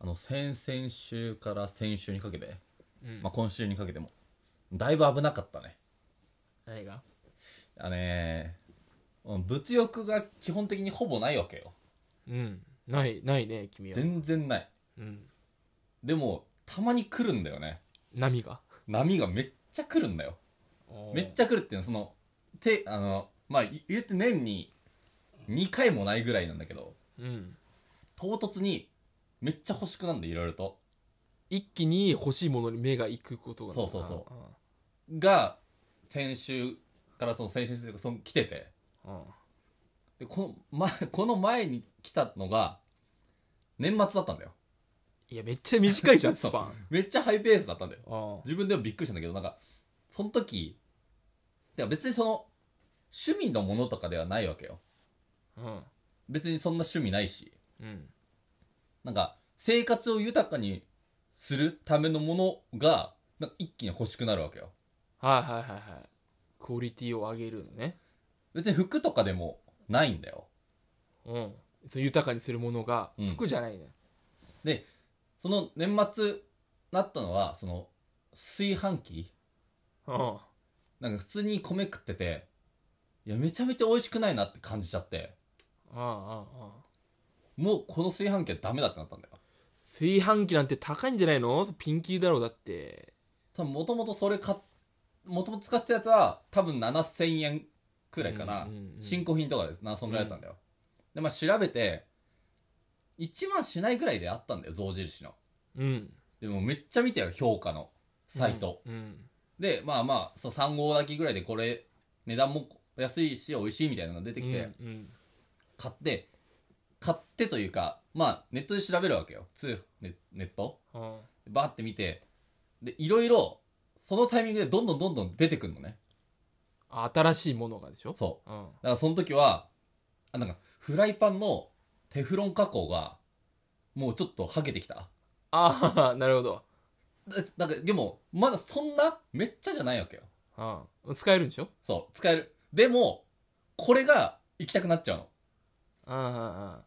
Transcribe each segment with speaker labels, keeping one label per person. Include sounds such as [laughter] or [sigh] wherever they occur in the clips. Speaker 1: あの先々週から先週にかけて、
Speaker 2: うん
Speaker 1: まあ、今週にかけてもだいぶ危なかったね
Speaker 2: 何が
Speaker 1: あねうん物欲が基本的にほぼないわけよ
Speaker 2: うんないないね君は、
Speaker 1: 全然ない
Speaker 2: うん、
Speaker 1: でもたまに来るんだよね
Speaker 2: 波が
Speaker 1: 波がめっちゃ来るんだよめっちゃ来るっていうのはそのてあのまあい言って年に2回もないぐらいなんだけど
Speaker 2: うん
Speaker 1: 唐突にめっちゃ欲しくなんでいろいろと
Speaker 2: 一気に欲しいものに目が行くことが
Speaker 1: そうそうそが先週からその先週その来てて
Speaker 2: う、うん
Speaker 1: でこの前 [laughs] この前に来たのが年末だったんだよ
Speaker 2: いやめっちゃ短いじゃん
Speaker 1: そう
Speaker 2: スパン
Speaker 1: めっちゃハイペースだったんだよ
Speaker 2: [laughs] あ
Speaker 1: 自分でもびっくりしたんだけどなんかその時いや別にその趣味のものとかではないわけよ
Speaker 2: あ
Speaker 1: 別にそんな趣味ないし
Speaker 2: うんうん
Speaker 1: なんか生活を豊かにするためのものがなんか一気に欲しくなるわけよ
Speaker 2: はいはいはいはいクオリティを上げるのね
Speaker 1: 別に服とかでもないんだよ
Speaker 2: うんその豊かにするものが
Speaker 1: うん
Speaker 2: 服じゃないね、
Speaker 1: その年末なったのはその炊飯器
Speaker 2: うん、
Speaker 1: なんか普通に米食ってていやめちゃめちゃ美味しくないなって感じちゃって
Speaker 2: ああああああ
Speaker 1: もうこの炊飯器はダメだってなったんだよ
Speaker 2: 炊飯器なんて高いんじゃないのピンキーだろうだって
Speaker 1: 多分もともとそれ買っもともと使ってたやつは多分7000円くらいかな、
Speaker 2: うんうんうん
Speaker 1: 新古品とかですなそんぐらいだったんだよ、でまあ調べて1万しないぐらいであったんだよ象印の
Speaker 2: うん
Speaker 1: でもめっちゃ見てよ評価のサイト、
Speaker 2: うん
Speaker 1: でまあまあそう3号だけぐらいでこれ値段も安いし美味しいみたいなのが出て
Speaker 2: で
Speaker 1: きて、
Speaker 2: うんうん
Speaker 1: 買って買ってというかまあネットで調べるわけよ通ネネット
Speaker 2: うん
Speaker 1: バーって見てでいろいろそのタイミングでどんどんどんどん出てくるのね
Speaker 2: あ新しいものがでしょ、
Speaker 1: そう
Speaker 2: ん
Speaker 1: う、だからその時はあなんかフライパンのテフロン加工がもうちょっとはげてきた
Speaker 2: ああ [laughs] なるほど、
Speaker 1: だだからでもまだそんなめっちゃじゃないわけよ
Speaker 2: うん、使えるんでしょ
Speaker 1: そう使えるでもこれが行きたくなっちゃうの
Speaker 2: うんうんうんだか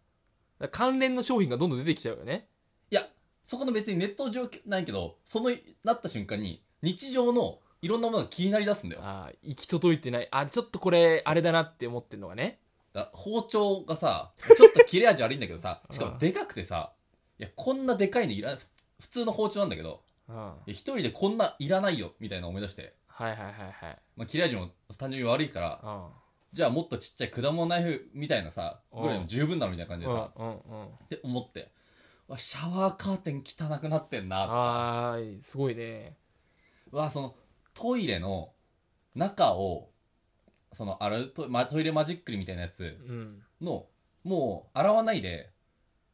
Speaker 2: ら関連の商品がどんどん出てきちゃうよね
Speaker 1: いやそこの別にネット上ないけどそのなった瞬間に日常のいろんなものが気になりだすんだよ
Speaker 2: ああ行き届いてないあちょっとこれあれだなって思ってるのがね
Speaker 1: だ包丁がさちょっと切れ味悪いんだけどさ
Speaker 2: うん
Speaker 1: しかもでかくてさいやこんなでかいのいらふ普通の包丁なんだけど
Speaker 2: うんはい
Speaker 1: や一人でこんないらないよみたいなの思い出して、
Speaker 2: いはいはいはい
Speaker 1: まあ、切れ味も単純に悪いから
Speaker 2: うん
Speaker 1: じゃあもっとちっちゃい果物ナイフみたいなさ
Speaker 2: うん
Speaker 1: ぐらいでも十分だろみたいな感じで
Speaker 2: うん
Speaker 1: さ
Speaker 2: うんうん
Speaker 1: って思ってうわシャワーカーテン汚くなってんな
Speaker 2: あーすごいね
Speaker 1: うわそのトイレの中をその洗うト,、まあ、トイレマジックリみたいなやつ
Speaker 2: うん
Speaker 1: のもう洗わないで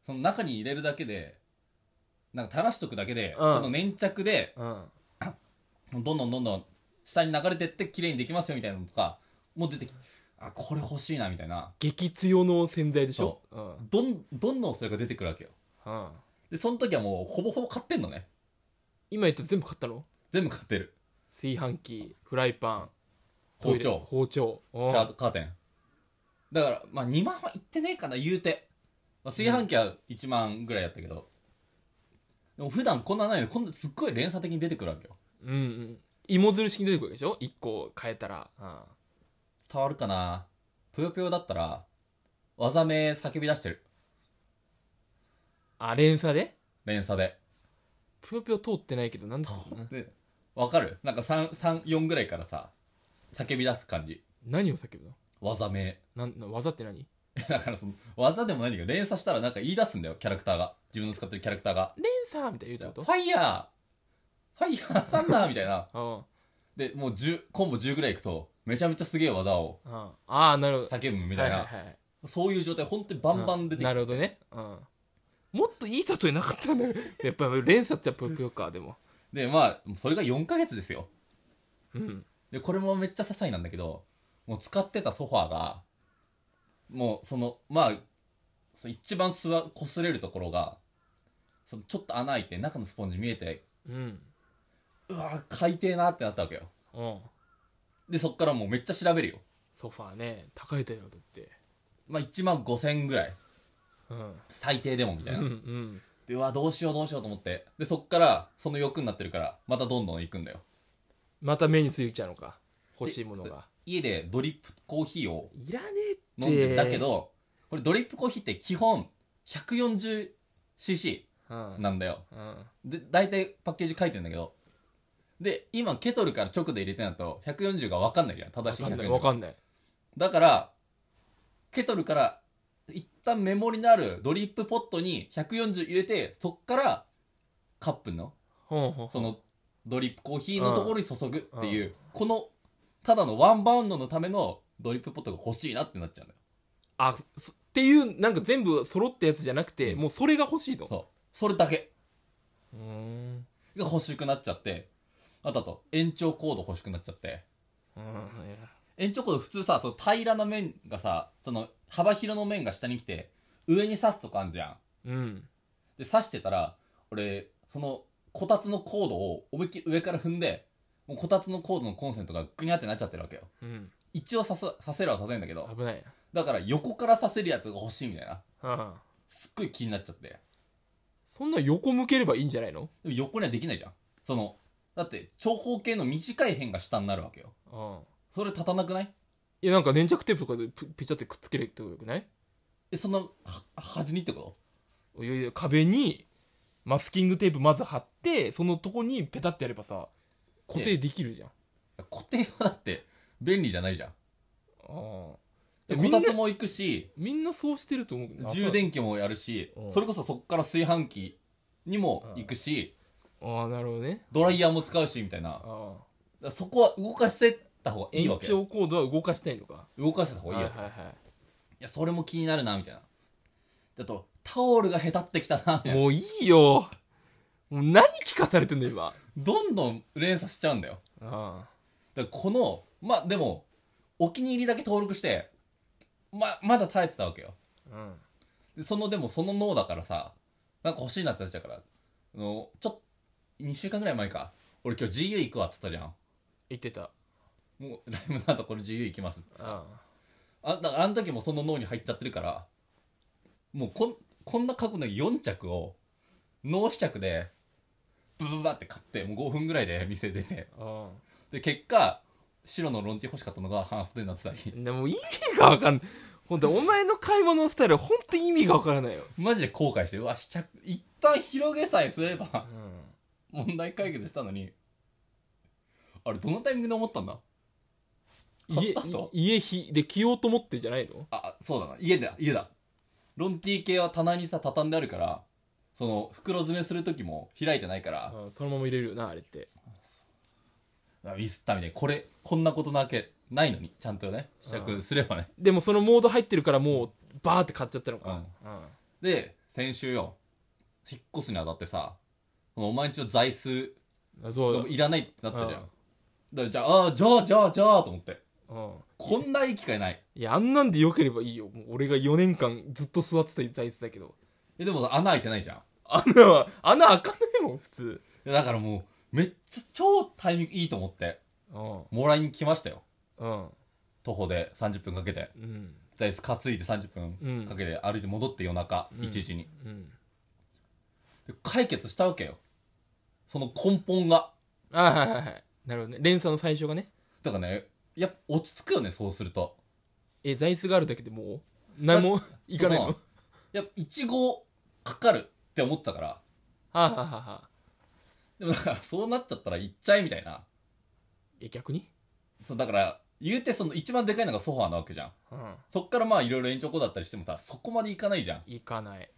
Speaker 1: その中に入れるだけでなんか垂らしとくだけで、
Speaker 2: うん
Speaker 1: その粘着で
Speaker 2: うん
Speaker 1: どんどんどんどん下に流れてって綺麗にできますよみたいなのとかもう出てきてあこれ欲しいなみたいな
Speaker 2: 激強の洗剤でしょうん
Speaker 1: どんどんどんそれが出てくるわけよ
Speaker 2: うん
Speaker 1: でその時はもうほぼほぼ買ってんのね
Speaker 2: 今言った全部買ったの
Speaker 1: 全部買ってる
Speaker 2: 炊飯器フライパント
Speaker 1: 包
Speaker 2: イレ
Speaker 1: 丁
Speaker 2: 包丁
Speaker 1: シ
Speaker 2: お
Speaker 1: ャーカーテンだからまあ2万はいってねえかな言うて、まあ、炊飯器は1万ぐらいやったけど、でも普段こんなないのにこんなすっごい連鎖的に出てくるわけよ
Speaker 2: うんうん芋づる式に出てくるわけでしょ一個変えたらう
Speaker 1: 伝わるかなぷよぷよだったら、技名叫び出してる。
Speaker 2: んあ連鎖で
Speaker 1: 連鎖で。
Speaker 2: ぷよぷよ通ってないけどなんだうん
Speaker 1: で、わかるなんか3、3、4ぐらいからさ、叫び出す感じ。
Speaker 2: 何を叫ぶの
Speaker 1: 技名。 [laughs]
Speaker 2: なんな技って何
Speaker 1: だからその、技でもないんだけど、連鎖したらなんか言い出すんだよ、キャラクターが。自分の使ってるキャラクターが。
Speaker 2: 連鎖みたいな言うって
Speaker 1: フ
Speaker 2: こ
Speaker 1: ァイヤーファイヤーサンダーみたいな。
Speaker 2: と
Speaker 1: で、もう10、コンボ10ぐらいいくと、めちゃめちゃすげえ技を
Speaker 2: うんうんああなるほど
Speaker 1: 叫ぶみたいな。
Speaker 2: はいはいはい
Speaker 1: そういう状態、本当にバンバン出てき
Speaker 2: な
Speaker 1: て。
Speaker 2: るほどねうんもっといい例えなかったんだよ [laughs] やっぱり連鎖ってぷよぷよかでも
Speaker 1: で、まあ、それが4ヶ月ですよ。
Speaker 2: うん
Speaker 1: でこれもめっちゃ些細なんだけどもう使ってたソファーがもうそのまあその一番座こすれるところがそのちょっと穴開いて中のスポンジ見えて
Speaker 2: うん
Speaker 1: うわー買いてえなってなったわけよ
Speaker 2: うん
Speaker 1: でそっからもうめっちゃ調べるよ
Speaker 2: ソファーね高いだよだって
Speaker 1: まあ1万5000ぐらい
Speaker 2: うん
Speaker 1: 最低でもみたいな、
Speaker 2: うんうん
Speaker 1: でうわどうしようどうしようと思ってでそっからその欲になってるからまたどんどん行くんだよ
Speaker 2: また目についちゃうのか欲しいものが
Speaker 1: 家でドリップコーヒーを
Speaker 2: いらねえ
Speaker 1: 飲
Speaker 2: っ
Speaker 1: ん
Speaker 2: て
Speaker 1: でんだけ、どこれドリップコーヒーって基本 140cc
Speaker 2: うん
Speaker 1: なんだよ
Speaker 2: うん、
Speaker 1: で大体パッケージ書いてんだけどで今ケトルから直で入れてんだと140が分かんないじゃん正
Speaker 2: わ
Speaker 1: しい
Speaker 2: かんない
Speaker 1: 140
Speaker 2: わかんない
Speaker 1: だから、ケトルから、一旦メモリのあるドリップポットに140入れて、そっから、カップの、
Speaker 2: ほんほん
Speaker 1: そ
Speaker 2: の
Speaker 1: の、ドリップコーヒーのところに注ぐっていう、この、ただのワンバウンドのためのドリップポットが欲しいなってなっちゃうんだよ。
Speaker 2: あそっていうなんか全部揃ったやつじゃなくてもうそれが欲しいの
Speaker 1: そう。それだけ
Speaker 2: うーん
Speaker 1: が欲しくなっちゃって、あとあと、延長コード欲しくなっちゃって、
Speaker 2: うんいや
Speaker 1: 延長コード普通さ、その平らな面がさ、その幅広の面が下に来て、上に刺すとかあんじゃん。
Speaker 2: うん
Speaker 1: で、刺してたら、俺、その、こたつのコードを思いっきり上から踏んで、もうこたつのコードのコンセントがグニャってなっちゃってるわけよ。
Speaker 2: うん
Speaker 1: 一応刺す、刺せるは刺せるんだけど、
Speaker 2: 危ない
Speaker 1: だから横から刺せるやつが欲しいみたいな。
Speaker 2: な、うん、
Speaker 1: すっごい気になっちゃって。で
Speaker 2: そんな横向ければいいんじゃないの
Speaker 1: も横にはできないじゃん。その、だって長方形の短い辺が下になるわけよ。
Speaker 2: うん
Speaker 1: それ立たなくない
Speaker 2: いやなんか粘着テープとかでぷピチャってくっつけるってことよくない
Speaker 1: え、そんな、は、端にってこ
Speaker 2: いやいや壁にマスキングテープまず貼ってそのとこにペタってやればさ固定できるじゃん
Speaker 1: と固定はだって便利じゃないじゃん。
Speaker 2: あ
Speaker 1: で
Speaker 2: あ
Speaker 1: こ
Speaker 2: みん
Speaker 1: た
Speaker 2: な
Speaker 1: つも行くし、
Speaker 2: みんなそうしてると思うけどな
Speaker 1: 充電器もやるし
Speaker 2: う、ん
Speaker 1: それこそそっから炊飯器にも行くし、
Speaker 2: ああなるほどね
Speaker 1: ドライヤーも使うしみたいなだか
Speaker 2: ああ
Speaker 1: らそこは動かせた方がいいわ
Speaker 2: 延
Speaker 1: けよ
Speaker 2: 長コードは動かしたいのか
Speaker 1: 動かせた方
Speaker 2: は
Speaker 1: が
Speaker 2: い
Speaker 1: い
Speaker 2: はいい
Speaker 1: わけ、い
Speaker 2: は
Speaker 1: やそれも気になるなみたいなだとタオルが下手ってきたなみた
Speaker 2: い
Speaker 1: いな
Speaker 2: もういいよもう何聞かされてんの今あ
Speaker 1: どんどん連鎖しちゃうんだよ
Speaker 2: あ
Speaker 1: だからこのまあでもお気に入りだけ登録してままだ耐えてたわけよ
Speaker 2: うん
Speaker 1: でそのでもその脳だからさなんか欲しいなって話だからあのちょっ2週間ぐらい前か俺今日 GU 行くわって言ったじゃん
Speaker 2: 言ってた
Speaker 1: もうライブの後これ GU 行きますってさ
Speaker 2: あ
Speaker 1: あだからあの時もその脳に入っちゃってるからもうこんこんな過去の4着を脳試着でブブブバって買ってもう5分ぐらいで店出て
Speaker 2: ああ
Speaker 1: で結果白のロンティ欲しかったのが半袖になってたり
Speaker 2: でも意味がわかんない本当お前の買い物のスタイルは本当に意味がわからないよ、
Speaker 1: マジで後悔してうわ試着一旦広げさえすれば
Speaker 2: うん
Speaker 1: 問題解決したのにあれどのタイミングで思ったんだ買
Speaker 2: 家
Speaker 1: ったと
Speaker 2: 家ひで着ようと思ってんじゃないの
Speaker 1: あそうだな家だ家だロンティ系は棚にさ畳んであるからその袋詰めする時も開いてないから、
Speaker 2: うんそのまま入れるよなあれって
Speaker 1: ミスったみたいにこれこんなことなわけないのにちゃんとね試着すればね
Speaker 2: でもそのモード入ってるからもうバーって買っちゃったのか、
Speaker 1: で先週よ引っ越すにあたってさそのお前んちの座椅子
Speaker 2: うんそう
Speaker 1: いらないってなったじゃん、
Speaker 2: うん
Speaker 1: だからじゃああーじゃあじゃあじゃあと思って
Speaker 2: うん
Speaker 1: こんないい機会ない
Speaker 2: いやあんなんでよければいいよもう俺が4年間ずっと座ってた座椅子だけど
Speaker 1: えでもさ穴開いてないじゃん
Speaker 2: 穴は穴開かないもん普通
Speaker 1: いやだからもうめっちゃ超タイミングいいと思って
Speaker 2: うん
Speaker 1: もらいに来ましたよ
Speaker 2: うん
Speaker 1: 徒歩で30分かけて
Speaker 2: うん
Speaker 1: 座椅子担いで30分かけて歩いて戻って夜中1時に、
Speaker 2: うん
Speaker 1: で解決したわけよその根本が
Speaker 2: あはいはいはいなるほどね連鎖の最初がね
Speaker 1: だからね、やっぱ落ち着くよね、そうすると。
Speaker 2: え座椅子があるだけでもう何もいかないの
Speaker 1: そうやっぱ、いちごかかるって思ってたから、
Speaker 2: はあ、はあはあはあ、
Speaker 1: でもだから、そうなっちゃったら行っちゃえみたいな。
Speaker 2: え逆に
Speaker 1: そう、だから、言うてその一番でかいのがソファーなわけじゃん。
Speaker 2: うん
Speaker 1: そっからまあいろいろ延長コードだったりしてもさ、そこまでいかないじゃん。
Speaker 2: いかない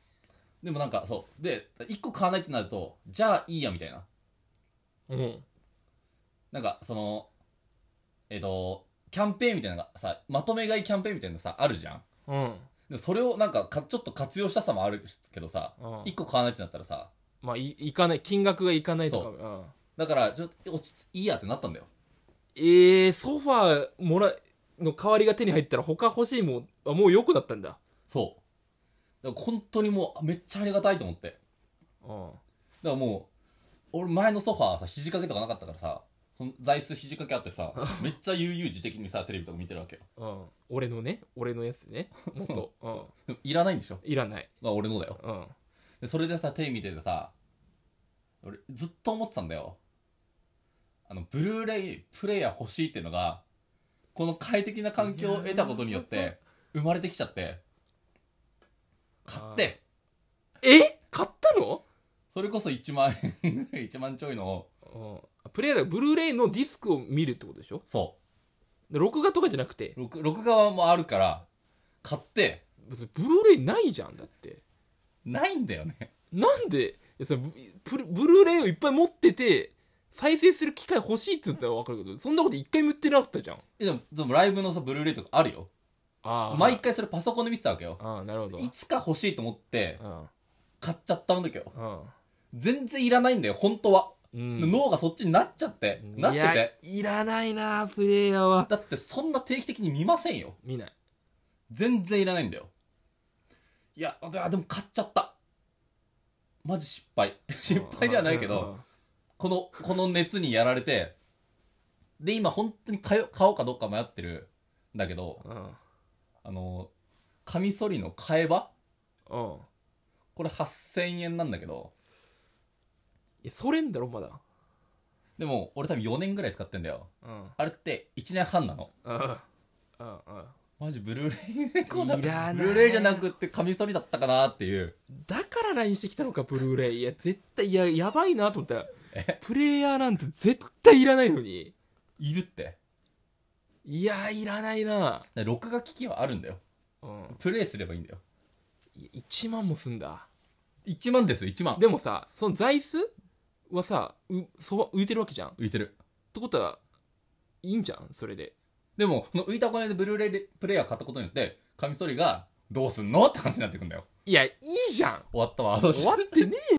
Speaker 1: でもなんかそう。で、一個買わないってなると、じゃあいいやみたいな。
Speaker 2: うん
Speaker 1: なんか、その、えっ、と、キャンペーンみたいなのがさ、まとめ買いキャンペーンみたいなのさ、あるじゃん。
Speaker 2: うん
Speaker 1: でそれをなんかか、ちょっと活用したさもあるけどさ、
Speaker 2: うん
Speaker 1: 一個買わないってなったらさ、
Speaker 2: まあいいかない金額がいかないとか
Speaker 1: そ
Speaker 2: うん
Speaker 1: だから、ちょっと、落ち着いいやってなったんだよ。
Speaker 2: えー、ソファーもらの代わりが手に入ったら他欲しいもんはもう良くなったんだ
Speaker 1: そう。だから本当にもう、あめっちゃありがたいと思って。だか
Speaker 2: うん
Speaker 1: らもう、俺前のソファーさ、肘掛けとかなかったからさ、その座椅子肘掛けあってさ、めっちゃ悠々自適にさ、テレビとか見てるわけよ。
Speaker 2: うん俺 [laughs] のね俺のやつねもっと、
Speaker 1: でもいらないんでしょだか
Speaker 2: うん、いらない
Speaker 1: ら俺のだよ。
Speaker 2: うん
Speaker 1: でで、それでさ、手見ててさ、俺ずっと思ってたんだよ。あの、ブルーレイプレイヤー欲しいっていうのが、この快適な環境を得たことによって、生まれてきちゃって、買って、
Speaker 2: え買ったの
Speaker 1: それこそ1万円、1万ちょいのを、
Speaker 2: うんプレイヤーだブルーレイのディスクを見るってことでしょ
Speaker 1: そ
Speaker 2: で録画とかじゃなくて
Speaker 1: う、録録画はもうあるから、買って、
Speaker 2: 別にブルーレイないじゃんだって
Speaker 1: ないんだよね。
Speaker 2: なんでいやそれブブルブルーレイをいっぱい持ってて再生する機会欲しいって言ったら分かるけどそんなこと一回も言ってなかったじゃん
Speaker 1: えでも、でもライブのさ、ブルーレイとかあるよ。
Speaker 2: ああ
Speaker 1: 毎回それパソコンで見てたわけよ。
Speaker 2: ああなるほど
Speaker 1: いつか欲しいと思って、
Speaker 2: う
Speaker 1: 買っちゃったんだけど。
Speaker 2: ん
Speaker 1: 全然いらないんだよ、本当は。
Speaker 2: うん
Speaker 1: 脳がそっちになっちゃって。なって
Speaker 2: いや
Speaker 1: て。
Speaker 2: いらないなプレイヤーは
Speaker 1: だってそんな定期的に見ませんよ。
Speaker 2: 見ない
Speaker 1: 全然いらないんだよ。いや、あでも買っちゃった。マジ失
Speaker 2: [laughs]
Speaker 1: 敗。失敗ではないけ
Speaker 2: うんうんう
Speaker 1: ど
Speaker 2: ん、
Speaker 1: この、この熱にやられて、で、今本当に買お買おうかどうか迷ってるんだけど、
Speaker 2: うん
Speaker 1: あの、カミソリの替え刃
Speaker 2: うん
Speaker 1: これ8000円なんだけど、
Speaker 2: いやそれんだろまだ
Speaker 1: でも俺多分4年ぐらい使ってんだよ。
Speaker 2: うん
Speaker 1: あれって1年半なの。
Speaker 2: うんうんうん
Speaker 1: マジブルーレイレコーダー
Speaker 2: いらない
Speaker 1: ブルーレイじゃなくってカミソリだったかなっていう。
Speaker 2: だから LINE してきたのか、ブルーレイ。いや、絶対、いや、やばいなと思ったら
Speaker 1: え、
Speaker 2: プレイヤーなんて絶対いらないのに。
Speaker 1: いるって。
Speaker 2: いや、いらないな
Speaker 1: で録画機器はあるんだよ。
Speaker 2: うん。
Speaker 1: プレイすればいいんだよ。
Speaker 2: いや1万もすんだ。
Speaker 1: 1万ですよ、1万。
Speaker 2: でもさ、その座椅子はさ、う、そば、浮いてるわけじゃん。っ
Speaker 1: 浮いてる。
Speaker 2: てことは、いいんじゃんそれで。
Speaker 1: でも、その浮いたお金でブルーレイプレイヤー買ったことによって、カミソリがどうすんのって話になってくんだよ。
Speaker 2: いや、いいじゃん
Speaker 1: 終わったわ、どうしよう
Speaker 2: 終わってねえ